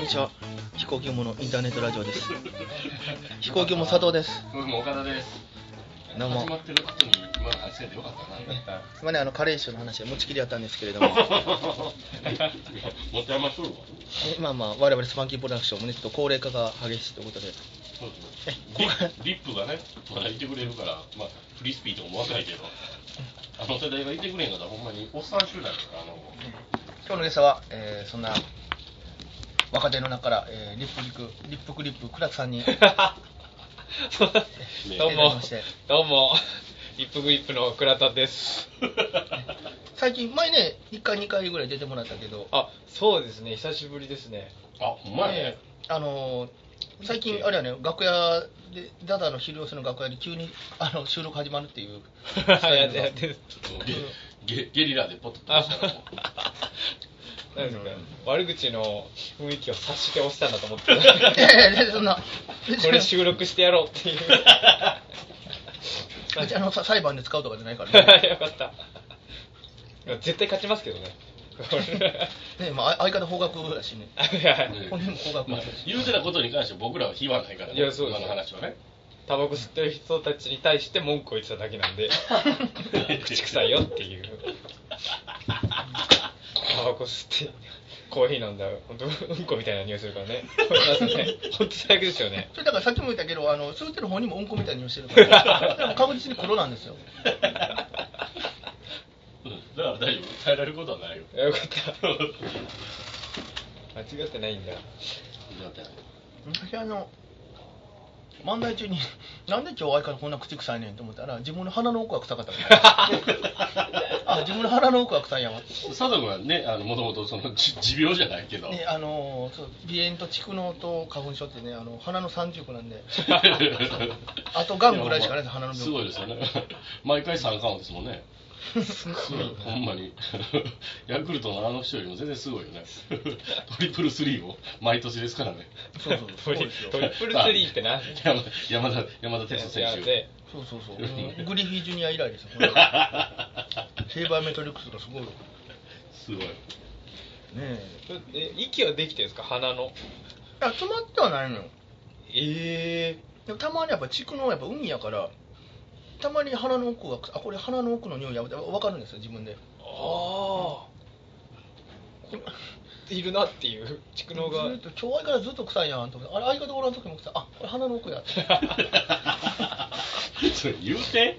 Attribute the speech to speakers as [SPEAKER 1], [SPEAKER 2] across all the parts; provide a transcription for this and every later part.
[SPEAKER 1] にちは飛行機雲のインターネットラジオです飛行機雲佐藤です
[SPEAKER 2] 僕も岡田です。
[SPEAKER 1] どうも
[SPEAKER 2] 始まってることに今の話せてよかったな。
[SPEAKER 1] まあねあのカレーショの話は持ちきりやったんですけれども
[SPEAKER 2] 持ってあんましとるわ。
[SPEAKER 1] えまあまあ我々スパンキープロダクションもねちょっと高齢化が激しいということで
[SPEAKER 2] そうそうリッ プリップがね、まだいてくれるから、まあ、フリスピーとかも若いけど、あの世代がいてくれんかったら、ほんまにおっさん集団ですから、あの、
[SPEAKER 1] 今日のゲストは、えーそんな若手の中から、えーリップリクリップクリップクラク さんに
[SPEAKER 3] どうも、どうも、一服一服の倉田です。
[SPEAKER 1] 最近前ね1回2回ぐらい出てもらったけど
[SPEAKER 3] あ、そうですね、久しぶりです ね。
[SPEAKER 2] あ、ほんまやね
[SPEAKER 1] ね。あのー最近あれはね楽屋でダダの昼寄せの楽屋で急にあの収録始まるって いう
[SPEAKER 3] やってやってる。
[SPEAKER 2] ゲゲゲリラでポッと
[SPEAKER 3] あ
[SPEAKER 2] 飛ばしたらも う、
[SPEAKER 3] なんですか、悪口の雰囲気を察して押したんだと思 って
[SPEAKER 1] いやいやそんな
[SPEAKER 3] これ収録してやろうって いう。
[SPEAKER 1] うちあのさ裁判で使うとかじゃないからね
[SPEAKER 3] よかった。絶対勝ちますけど ね。
[SPEAKER 1] ねまあ、あ相方方角だしね
[SPEAKER 3] いや
[SPEAKER 2] ね
[SPEAKER 1] この辺も高額
[SPEAKER 2] まあ、言うてたことに関して僕らは非はないからね、
[SPEAKER 3] いやそうです
[SPEAKER 2] 今の話はね。
[SPEAKER 3] タバコ吸ってる人たちに対して文句を言ってただけな んで口臭いよっていうタバコ吸ってコーヒー飲んだら本当うんこみたいな匂いするからね 本当ね本当最悪です よね
[SPEAKER 1] それだからさっきも言ったけどあの吸ってる方にもうんこみたいにしてる からでも確実に黒なんですよ
[SPEAKER 2] うん、だから大丈夫、耐えられることは ないよ。
[SPEAKER 3] よかった間違ってないんだ
[SPEAKER 2] だって
[SPEAKER 1] 私あの漫才中になんで今日相方こんな口臭いねんと思ったら自分の鼻の奥が臭かった からあ自分の鼻の奥が臭いんやわ
[SPEAKER 2] 佐藤君はね、あの、もともとその、じ持病じゃないけど。
[SPEAKER 1] ね、あのそう鼻炎と蓄膿と花粉症ってねあの鼻の三重苦なん であとガンぐらいしかないです鼻の
[SPEAKER 2] すごい
[SPEAKER 1] 病気
[SPEAKER 2] ですよね。毎回三冠王ですもんね。ほんまに。 ヤクルトのあの人よりも全然すごいよね。 トリプルスリーを毎年ですからね。
[SPEAKER 1] そうそうそう
[SPEAKER 3] ト
[SPEAKER 1] そう
[SPEAKER 3] リ
[SPEAKER 1] ですよ
[SPEAKER 3] トリプルスリーってな
[SPEAKER 2] 山山田山田哲人選
[SPEAKER 3] いや
[SPEAKER 2] 手
[SPEAKER 3] で。
[SPEAKER 1] そうそうそううんグリフィージュニア以来ですよこれセイバーメトリックスがすごいね
[SPEAKER 2] すごい。
[SPEAKER 1] え
[SPEAKER 3] え息はできてるんですか鼻の
[SPEAKER 1] いや詰まってはないのよ
[SPEAKER 3] ええ
[SPEAKER 1] でもたまにやっぱ蓄膿はやっぱ海やからたまに鼻の奥があこれ鼻の奥の匂いやって分かるんですよ自分で
[SPEAKER 3] ああいるなっていう
[SPEAKER 1] ず
[SPEAKER 3] 蓄
[SPEAKER 1] っと
[SPEAKER 3] 能が
[SPEAKER 1] 今日相からずっと臭いやんと思ってあれ相方おらん時も臭いあこれ鼻の奥や
[SPEAKER 2] それ言うて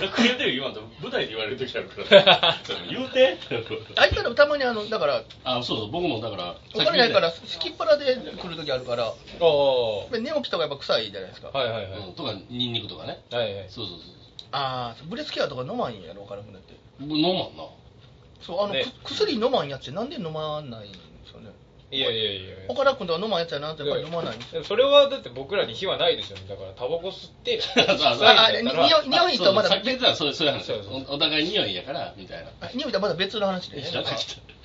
[SPEAKER 2] 楽屋では言わんと舞台で言われる時あるからそれ 言うて
[SPEAKER 1] 相方もたまにあのだから
[SPEAKER 2] あそうそう僕もだから
[SPEAKER 1] お金ないから好きっ腹で来る時あるから
[SPEAKER 3] ああ
[SPEAKER 1] で寝起きとかやっぱ臭いじゃないですか
[SPEAKER 3] はいはいはい。
[SPEAKER 2] うんとかニンニクとかね
[SPEAKER 3] はいはい。
[SPEAKER 2] そうそう
[SPEAKER 1] ああブレスケアとか飲まんやろからくなって
[SPEAKER 2] そう飲まん な
[SPEAKER 1] そうあの、
[SPEAKER 3] ね
[SPEAKER 1] く薬飲まんやってなんで飲まないんですよね
[SPEAKER 3] いやいやいやいや。
[SPEAKER 1] 岡田君とか飲まんやつやなってやっぱり飲まないんですよ
[SPEAKER 3] でもそれはだって僕らに火はないですよね。だからタバコ 吸って、臭いんだった
[SPEAKER 2] ああ
[SPEAKER 3] ら
[SPEAKER 1] れに
[SPEAKER 3] あ
[SPEAKER 1] 匂いとまだ
[SPEAKER 2] あそうそうさっき言ってたらそれそういう話
[SPEAKER 3] そうそう
[SPEAKER 2] おお互い匂いやからみたいな
[SPEAKER 1] あ匂いとはまだ別の話でね
[SPEAKER 2] 知 らなかっ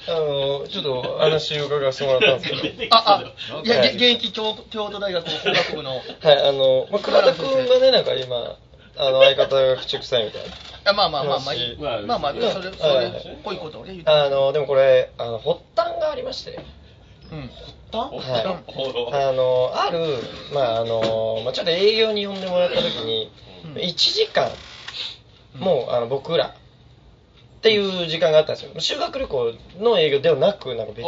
[SPEAKER 3] の、ちょっと話を伺わせてもらったんですけ
[SPEAKER 2] た
[SPEAKER 1] あ、あ、いや、
[SPEAKER 3] は
[SPEAKER 1] げ
[SPEAKER 3] い
[SPEAKER 1] 現役京京都大学工学部の、
[SPEAKER 3] ど、はい、あの、まあ、倉田君がね、なんか今、あの、相方が口臭いみたいな。
[SPEAKER 1] あまあまあまあまあいい、
[SPEAKER 2] まあ
[SPEAKER 1] まあまあ、そ
[SPEAKER 2] ま
[SPEAKER 1] れ、
[SPEAKER 2] あ
[SPEAKER 1] それ、
[SPEAKER 3] はい
[SPEAKER 1] それっぽいことを ね、言う
[SPEAKER 3] あの、でもこれ、あの、発端がありまして、
[SPEAKER 1] うん。
[SPEAKER 2] お
[SPEAKER 3] はい
[SPEAKER 2] お
[SPEAKER 3] あの、ある、まあ、あの、まあ、ちょっと営業に呼んでもらった時に、
[SPEAKER 1] うん
[SPEAKER 3] 1時間、もう、あの、僕ら、っていう時間があったんですよ。修学旅行の営業ではなく、なんか別に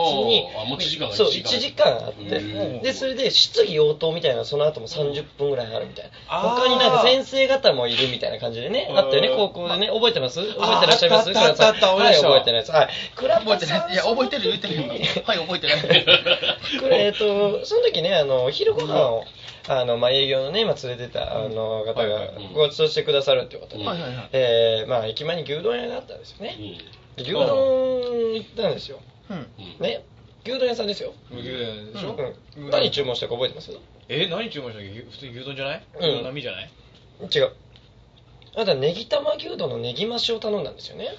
[SPEAKER 2] おーあ、持ち時間が
[SPEAKER 3] そう、
[SPEAKER 2] 一時間
[SPEAKER 3] 1時間あっ
[SPEAKER 2] う
[SPEAKER 3] て
[SPEAKER 2] ん、
[SPEAKER 3] で、それで質疑応答みたいなのその後も30分ぐらいあるみたいな。
[SPEAKER 4] あー
[SPEAKER 3] 他になんか先生方もいるみたいな感じでね、あったよね、高校でね、覚えてます覚えてらっしゃいます
[SPEAKER 4] ああったあったあった
[SPEAKER 3] 倉田さん
[SPEAKER 4] あ
[SPEAKER 3] は
[SPEAKER 4] った
[SPEAKER 3] い、覚えてないです。はい。倉
[SPEAKER 1] 覚え
[SPEAKER 3] 田
[SPEAKER 1] て
[SPEAKER 3] さん
[SPEAKER 1] ない。いや、覚えてる言ってるよ。はい、覚えてない。
[SPEAKER 3] これえっと、その時ね、あの、お昼ご飯を、あの、まあ、営業のね、まあ、連れてた、あの、方が
[SPEAKER 2] うん
[SPEAKER 3] ご馳走してくださるってことで、
[SPEAKER 1] はいはいはい。
[SPEAKER 3] えー、まあ、駅前に牛丼屋があったんですよ
[SPEAKER 2] う
[SPEAKER 3] ね。
[SPEAKER 2] ん
[SPEAKER 3] 牛丼行ったんですよ。
[SPEAKER 1] うん。
[SPEAKER 2] うん
[SPEAKER 3] ね。牛丼屋さんですよ。
[SPEAKER 4] でし
[SPEAKER 3] う
[SPEAKER 4] ょ、
[SPEAKER 3] ん。何注文したか覚えてます
[SPEAKER 4] え何注文したっけ牛普通に牛丼じゃない、
[SPEAKER 3] うん
[SPEAKER 4] 牛丼並みじゃ ない
[SPEAKER 3] 違う。あなた、ネギ玉牛丼のネギ増しを頼んだんですよね。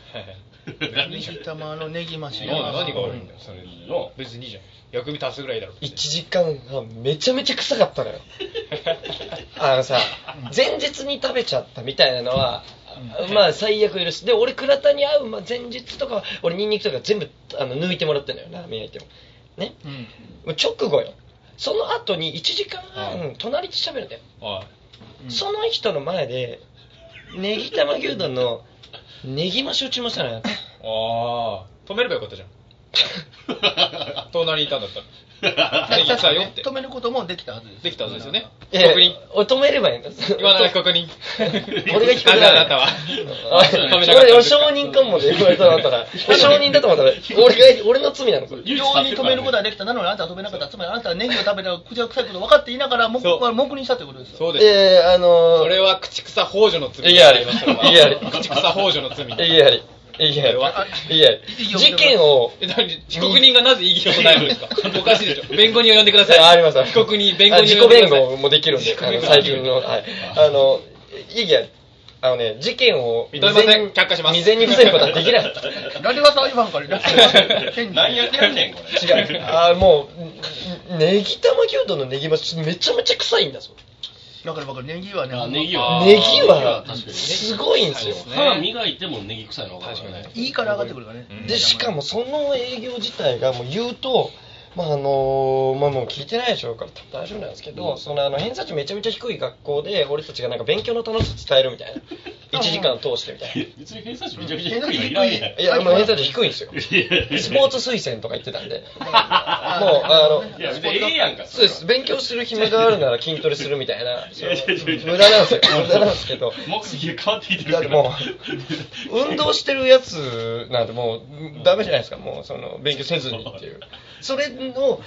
[SPEAKER 2] 何
[SPEAKER 1] 右玉のネギ増し
[SPEAKER 4] 何が何が悪いん
[SPEAKER 1] よ。
[SPEAKER 4] だよそれ
[SPEAKER 2] の
[SPEAKER 4] 別にいいじゃん薬味足すぐらいだろ
[SPEAKER 3] 1時 間半めちゃめちゃ臭かったのよあのさ前日に食べちゃったみたいなのはまあ最悪許すで俺倉田に会うまあ前日とかは俺ニンニクとか全部あの抜いてもらってんのよラーメン焼いてもね
[SPEAKER 1] うん
[SPEAKER 3] もう直後よその後に1時間
[SPEAKER 4] は
[SPEAKER 3] 半隣で喋るんだよ、
[SPEAKER 4] おい
[SPEAKER 1] うん
[SPEAKER 3] その人の前でネギ玉牛丼のネギ増し打ちましたね
[SPEAKER 4] ああ止めればよかったじゃん隣にいたんだったら
[SPEAKER 1] だから
[SPEAKER 4] いたよって
[SPEAKER 1] 止めることもできたはずです
[SPEAKER 4] できたはずですよね
[SPEAKER 3] いや
[SPEAKER 4] 確認
[SPEAKER 3] お止めればいいんだ
[SPEAKER 4] 今の 確認
[SPEAKER 3] 俺が聞こえ
[SPEAKER 4] あ
[SPEAKER 3] ない
[SPEAKER 4] なたは
[SPEAKER 3] あ
[SPEAKER 4] 止めなかった
[SPEAKER 3] 俺、俺承認かもね、言われたのだったら。承認だと思ったら、俺が、俺の罪なの、これ。
[SPEAKER 1] 非常に止めることはできたなのにあんたは止めなかったつまりあんたはネギを食べたら口が臭いこと分かっていながら黙
[SPEAKER 4] そう
[SPEAKER 1] は黙認したということですよ
[SPEAKER 4] そうです
[SPEAKER 3] えー、あのー、
[SPEAKER 4] それは口草幇助の罪
[SPEAKER 3] いやあれ
[SPEAKER 4] になりますよ
[SPEAKER 3] いやあれ
[SPEAKER 4] 口草幇助の罪
[SPEAKER 3] いやはり。いやはり。いやは
[SPEAKER 1] いい
[SPEAKER 3] り。
[SPEAKER 1] よ
[SPEAKER 3] 事件を、
[SPEAKER 4] え何被告人がなぜ異議を唱えるんですかおかしいでし ょ弁護人を呼んでください
[SPEAKER 3] ああります。
[SPEAKER 4] 被告人弁護
[SPEAKER 3] あ自
[SPEAKER 4] 人
[SPEAKER 3] 己
[SPEAKER 4] を呼んで
[SPEAKER 3] 弁
[SPEAKER 4] ください
[SPEAKER 3] 護もできるんで、
[SPEAKER 4] 自己
[SPEAKER 3] あ
[SPEAKER 4] 弁
[SPEAKER 3] の
[SPEAKER 4] 護
[SPEAKER 3] 最近の、はい。あの、いいや、あのね、事件を
[SPEAKER 4] 認めません
[SPEAKER 3] 未然に
[SPEAKER 4] 却下します
[SPEAKER 3] 未然に防ぐことはでき ない。
[SPEAKER 1] ラディワ裁判からいらっしゃる検事
[SPEAKER 2] 何やってやんねん、これ。
[SPEAKER 3] 違う。あーもう、んネギ玉牛丼のネギマめちゃめちゃ臭いんだぞ。
[SPEAKER 1] だから分かるネギはね
[SPEAKER 2] あネギ
[SPEAKER 3] ネ
[SPEAKER 2] は。
[SPEAKER 3] ギは
[SPEAKER 2] 確 かにね。
[SPEAKER 3] すごいんですよ。
[SPEAKER 4] ね
[SPEAKER 2] 歯磨いてもネギ臭いの分かるからね
[SPEAKER 4] 確。
[SPEAKER 1] いいから上がってくるからね
[SPEAKER 4] うん
[SPEAKER 3] でしかもその営業自体がもう言うと、まああのまあ、もう聞いてないでしょうから大丈夫なんですけど、そのあの偏差値めちゃめちゃ低い学校で俺たちがなんか勉強の楽しさ伝えるみたいな 1時間通してみたいな。
[SPEAKER 2] 別に偏差値めちゃめちゃ低いはいらんやん
[SPEAKER 3] いや、もう偏差値低いんですよ。スポーツ推薦とか言ってたんで。もう、あの、
[SPEAKER 2] いや、別にええやんか。
[SPEAKER 3] そうです。勉強する暇があるなら筋トレするみたいな。そう
[SPEAKER 2] いやいやいや
[SPEAKER 3] 無駄なんですよ。無駄なんですけど。
[SPEAKER 2] 目的が変わっていってる
[SPEAKER 3] だ
[SPEAKER 2] か
[SPEAKER 3] って
[SPEAKER 2] ら。
[SPEAKER 3] もう、運動してるやつなんてもう、ダメじゃないですか、もう、その、勉強せずにっていう。それの、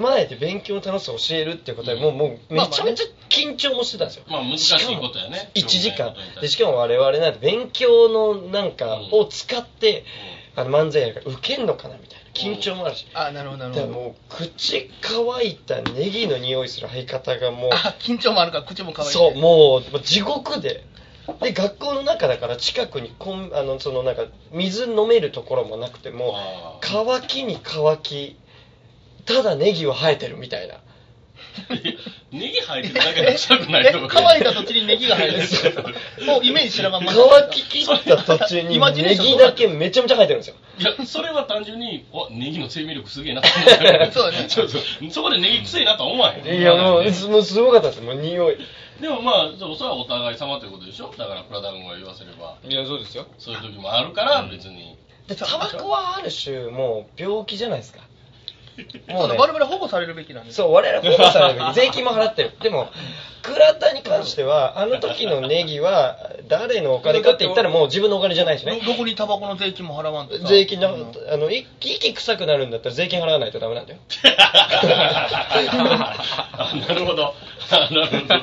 [SPEAKER 3] 前で勉強の楽しさを教えるっていうことで、もう、もう、めちゃめちゃ緊張もしてたんですよ。
[SPEAKER 2] まあ難しいことやね。
[SPEAKER 3] 1時間。で、しかも我々なんて勉強のなんかを使って、あの、漫才やるから、受けんのかなみたいな。緊張もあるし。
[SPEAKER 1] あなるほどな
[SPEAKER 3] だ
[SPEAKER 1] る
[SPEAKER 3] から
[SPEAKER 1] ほど
[SPEAKER 3] もう、口乾いたネギの匂いする相方がもう、
[SPEAKER 1] あ緊張もあるから口も乾いて
[SPEAKER 3] そうもうもう地獄でで学校の中だから近くにこんあのそのなんか水飲めるところもなくても
[SPEAKER 2] あー
[SPEAKER 3] 乾きに乾きただネギは生えてるみたいな
[SPEAKER 2] ネギ生えてるだけで臭くない
[SPEAKER 1] え
[SPEAKER 2] と思う
[SPEAKER 1] 乾いた土地にネギが入るんですよもうイメージしながら
[SPEAKER 3] 乾ききった途中に
[SPEAKER 1] イマジネー
[SPEAKER 3] ネ
[SPEAKER 1] ション
[SPEAKER 3] ギだけめちゃめちゃ生えてるんですよ
[SPEAKER 2] いや、それは単純に、おネギの生命力すげえなと思った
[SPEAKER 1] そうだね
[SPEAKER 2] そうそうそこでネギ臭いなとは思わへん。
[SPEAKER 3] いやもうすもうすごかったですもう匂い
[SPEAKER 2] でもまあ、そうそれはお互い様ということでしょ。だから、プラダンゴが言わせれば、
[SPEAKER 4] いやそうですよ
[SPEAKER 2] そういう時もあるから、別に。
[SPEAKER 3] でタバコはある種もう病気じゃないです か
[SPEAKER 1] も
[SPEAKER 3] も
[SPEAKER 1] う
[SPEAKER 3] う
[SPEAKER 1] ね
[SPEAKER 3] ね
[SPEAKER 1] 我々保護されるべきなんですよ
[SPEAKER 3] そう我々保護されるべき税金も払ってるでも倉田に関してはあの時のネギは誰のお金かって言ったらもう自分のお金じゃないしね
[SPEAKER 1] ろくにタバコの税金も払わんとさ
[SPEAKER 3] 税金な、
[SPEAKER 1] うん
[SPEAKER 3] あのい息臭くなるんだったら税金払わないとダメなんだよ
[SPEAKER 2] あなるほど。あなるほど。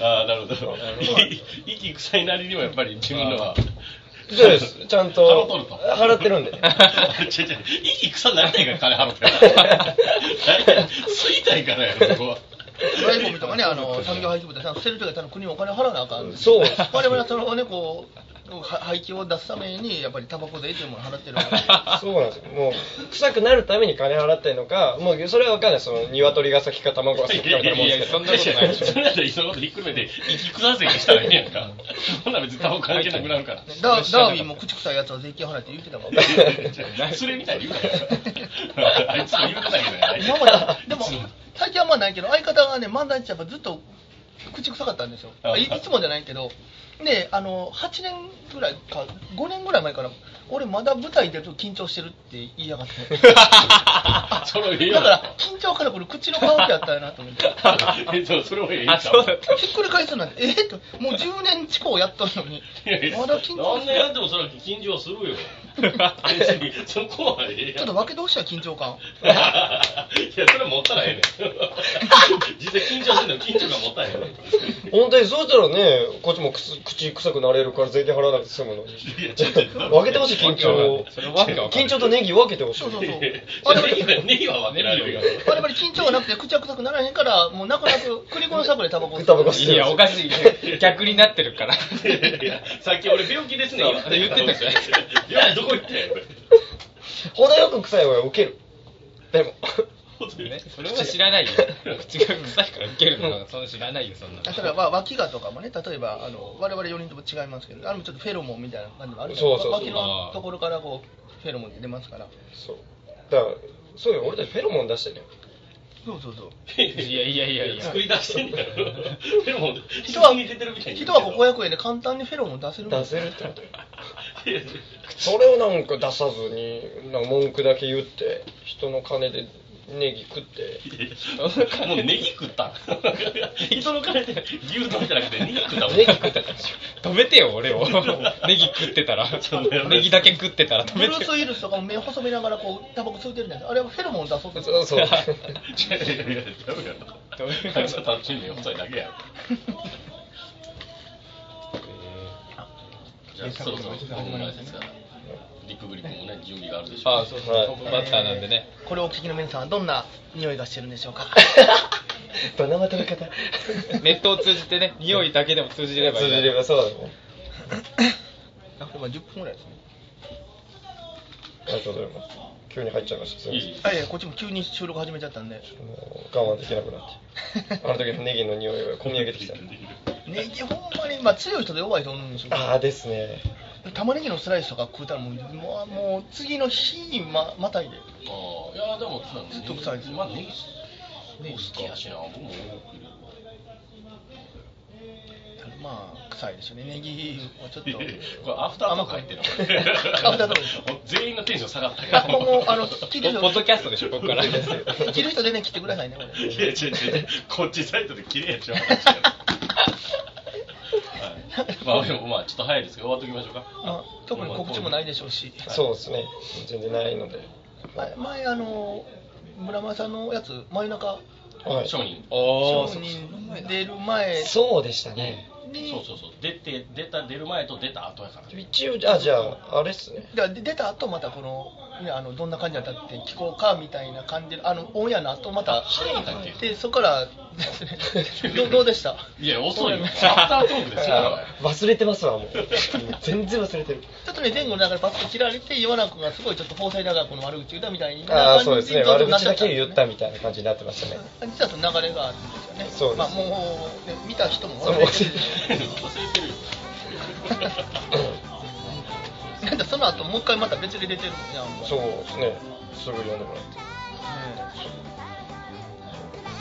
[SPEAKER 2] あなるほど。い息臭いなりにもやっぱり自分の は。
[SPEAKER 3] そうですちゃ
[SPEAKER 2] 払
[SPEAKER 3] ん
[SPEAKER 2] っ
[SPEAKER 3] と
[SPEAKER 2] とると
[SPEAKER 3] 払っ てるんで
[SPEAKER 2] 違う違う息臭なりないから金払ってるから。吸いたいからやろ、そ こは。
[SPEAKER 1] ドライコミとかね、あの産業廃棄物でさ、捨てるときは多分国にお金払わなあかん。
[SPEAKER 3] そう
[SPEAKER 1] 我々はそのね、こう、は廃棄を出すために、やっぱりタバコ税というものを払ってるわけで。
[SPEAKER 3] そうなんですよもう臭くなるために金払ってるのかもうそれは分かんないその鶏が先か卵が先かみたいなもんですけど
[SPEAKER 4] そんなことないでしょ
[SPEAKER 2] それやったらいっそのことひっくるめて、息臭せにしたらいいやんか。ほんなら別にタバコ関係なくなる から。
[SPEAKER 1] ねダーダーウィンも口臭いやつは税金払って言ってた もん。
[SPEAKER 2] それみたいに言うな よ。あいつも言うてたけどや
[SPEAKER 1] 今まで、でも、最近はあんまないけど、相方がね、漫才中やっぱずっと口臭かったんですよ。いいつもじゃないけど。で、あの、8年ぐらいか、5年ぐらい前から、俺まだ舞台出ると緊張してるって言いやがって。
[SPEAKER 2] それを言う
[SPEAKER 1] だ
[SPEAKER 2] な
[SPEAKER 1] から、緊張からこれ口の顔ってやったよなと思って。
[SPEAKER 2] えっと、それを言う
[SPEAKER 4] あそうだった
[SPEAKER 1] ひっくり返すなんて、えっと、もう10年近くやっとるのに
[SPEAKER 2] いやい、や
[SPEAKER 1] まだ緊張
[SPEAKER 2] 何
[SPEAKER 1] す
[SPEAKER 2] 年やっ
[SPEAKER 1] る。
[SPEAKER 2] てもそれは緊張するよ。別にそこはええ
[SPEAKER 1] ちょ
[SPEAKER 2] や
[SPEAKER 1] っ
[SPEAKER 2] ん。
[SPEAKER 1] と分け同士は緊張感。
[SPEAKER 2] いや、それ持ったらええねん。 実際緊張してても緊張感持ったらええね
[SPEAKER 3] 本当にそうしたらねこっちもくす口臭くなれるから税金払わなくて済むのに
[SPEAKER 2] ん。いや、ちょっと。
[SPEAKER 3] 分けてほしい緊張を
[SPEAKER 4] それわけわかんない
[SPEAKER 3] 緊張とネギ分けてほしい
[SPEAKER 1] そうそうそう。我々、
[SPEAKER 2] ネギは分けられるよ。
[SPEAKER 1] 我々緊張がなくて口は臭くならへんから、もうなくなく、クリコのサブでタバコ吸う。
[SPEAKER 3] タバコ吸
[SPEAKER 4] いやおかしいね逆になってる から
[SPEAKER 2] いやさっき俺病気ですね
[SPEAKER 4] そう言ってたじゃん
[SPEAKER 2] 病気どこ行ってんやろ
[SPEAKER 3] 程よく臭い方がウケるでも
[SPEAKER 2] こと言う
[SPEAKER 4] ね、それは知らないよ。口が臭いから受けるのか、そんな知らないよ、そんな
[SPEAKER 1] だからまあ脇がとかもね、例えばあの我々4人とも違いますけど、あのちょっとフェロモンみたいな感じもあるじゃないですか
[SPEAKER 3] そうそうそう
[SPEAKER 1] 脇のところからこうフェロモンって出ますから。
[SPEAKER 3] そうだからそうよ俺たちフェロモン出してるよ
[SPEAKER 1] そうそうそう。
[SPEAKER 4] いやいやいやいや
[SPEAKER 2] 作り出してんだよ。でも、
[SPEAKER 1] 人は
[SPEAKER 2] 似ててるみたいに
[SPEAKER 1] 人は500円で簡単にフェロモン出せるんで
[SPEAKER 3] 出
[SPEAKER 1] す
[SPEAKER 3] せ
[SPEAKER 1] よ。
[SPEAKER 3] るってことよ
[SPEAKER 2] い やいや
[SPEAKER 3] それをなんか出さずになんか文句だけ言って人の金でネギ食って
[SPEAKER 2] もうネギ食った。人の金で牛食べてなくてネギ食ったもん。
[SPEAKER 3] ネギ食ってたでしょ
[SPEAKER 4] 止めてよ、俺 を。ネギ食ってたら
[SPEAKER 2] ちょっとやめ。て
[SPEAKER 4] ネギだけ食ってたら止
[SPEAKER 1] ブ
[SPEAKER 4] め
[SPEAKER 1] ルー
[SPEAKER 4] て
[SPEAKER 1] ス・ウィルスとかも目を細めながらこうタバコ吸うてるじゃないですか。あれはフェロモン出そうって。
[SPEAKER 3] そうそう
[SPEAKER 2] 違う違う違う違う
[SPEAKER 4] どういう
[SPEAKER 2] あいつは単純に遅いだけや。じゃあそろそろ本題ですから。リップグリップもね準備があるでしょ
[SPEAKER 4] ああ、そうそう、
[SPEAKER 3] はい
[SPEAKER 4] トップバッターなんでね。
[SPEAKER 1] これをお聞きの皆さんはどんな匂いがしてるんでしょうか。
[SPEAKER 3] どんなまとめ方
[SPEAKER 4] ネットを通じてね、匂いだけでも通じればいい。
[SPEAKER 3] 通じればそうだね
[SPEAKER 1] あこれまあ10分ぐらいですね。
[SPEAKER 3] ありがとうございます急に入っちゃいましたすい
[SPEAKER 2] い
[SPEAKER 3] ません
[SPEAKER 2] い
[SPEAKER 1] あいやこっちも急に収録始めちゃったんで。
[SPEAKER 3] もう我慢できなくなってあの時のネギの匂いが込み上げてきた
[SPEAKER 1] ネギほんまにまあ強い人と弱い人おるんですよ。
[SPEAKER 3] ああですね
[SPEAKER 1] 玉ねぎのスライスとか食うたらもうもうもう次の日にままたいで。
[SPEAKER 2] ああ、いやでも
[SPEAKER 1] ずっと臭いんですよ
[SPEAKER 2] まあネギネギ好きやしな、僕も多くいるわ。
[SPEAKER 1] まあ臭いですよね。ネギはちょっ
[SPEAKER 2] いやいや これ
[SPEAKER 1] と。
[SPEAKER 2] アフタートーク入ってる
[SPEAKER 1] アフタートー
[SPEAKER 2] ク全員のテンション下がったから
[SPEAKER 1] あもうもうあの聞いてる人
[SPEAKER 4] ポポッドキャストでしょ、ここから。
[SPEAKER 1] 聞いてる人でね切ってくださいねこれ。
[SPEAKER 2] い や違う違う違うこっちサイトで綺麗やしょ、はい、まあでもまあちょっと早いですけど終わっときましょうか、
[SPEAKER 1] まあ特に告知もないでしょうし。
[SPEAKER 3] そうですね全然ないので
[SPEAKER 1] 前前あの村間さんのやつ真夜中
[SPEAKER 3] は
[SPEAKER 2] 商人
[SPEAKER 4] お
[SPEAKER 1] 商人出る前
[SPEAKER 3] そうでしたね
[SPEAKER 1] に
[SPEAKER 2] そうそうそう出て出た出る前と出た後やから
[SPEAKER 3] 一応あじゃああれっすね
[SPEAKER 1] だからで出た後またこの,、ね、あのどんな感じだったって聞こうかみたいな感じであのオンエアの後また
[SPEAKER 2] 早かったっけ
[SPEAKER 1] でそこか らですねどうどうでした
[SPEAKER 2] いや遅 いよアフタートークですよ
[SPEAKER 3] あ忘れてますわもう全然忘れてる
[SPEAKER 1] ちょっとね前後の中でパスと切られて岩永君がすごいちょっと放射長くの悪口言ったみたいな
[SPEAKER 3] ああ
[SPEAKER 1] 感じ
[SPEAKER 3] そうですね
[SPEAKER 1] どんど
[SPEAKER 3] 悪
[SPEAKER 1] んなっ
[SPEAKER 3] 口
[SPEAKER 1] ちゃ
[SPEAKER 3] だ
[SPEAKER 1] たんですね
[SPEAKER 3] け言ったみたいな感じになってましたね
[SPEAKER 1] 実はその流れがあるんですよね
[SPEAKER 3] そうです
[SPEAKER 1] まあ、もう、ね、見た人も
[SPEAKER 3] そう
[SPEAKER 1] 忘れてる
[SPEAKER 2] 忘れてるよ
[SPEAKER 1] なんかその後もう一回また別で出てるもんねあんま
[SPEAKER 3] そうですねすぐ読んでもらって
[SPEAKER 1] ねえ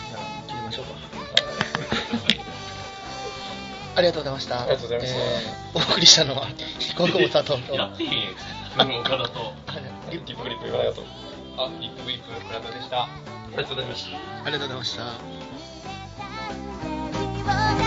[SPEAKER 1] じゃあ切りましょうか。ありがとうございました。
[SPEAKER 3] ありがとうございました
[SPEAKER 1] えーお送りしたの は彦久保佐藤と。
[SPEAKER 2] やってへんやつうん岡田と
[SPEAKER 3] リップグリップ言わないと
[SPEAKER 4] あ、リップグリップの倉田でした。
[SPEAKER 2] ありがとうございました
[SPEAKER 1] ありがとうございまし
[SPEAKER 5] 「
[SPEAKER 1] た。
[SPEAKER 5] いつもだ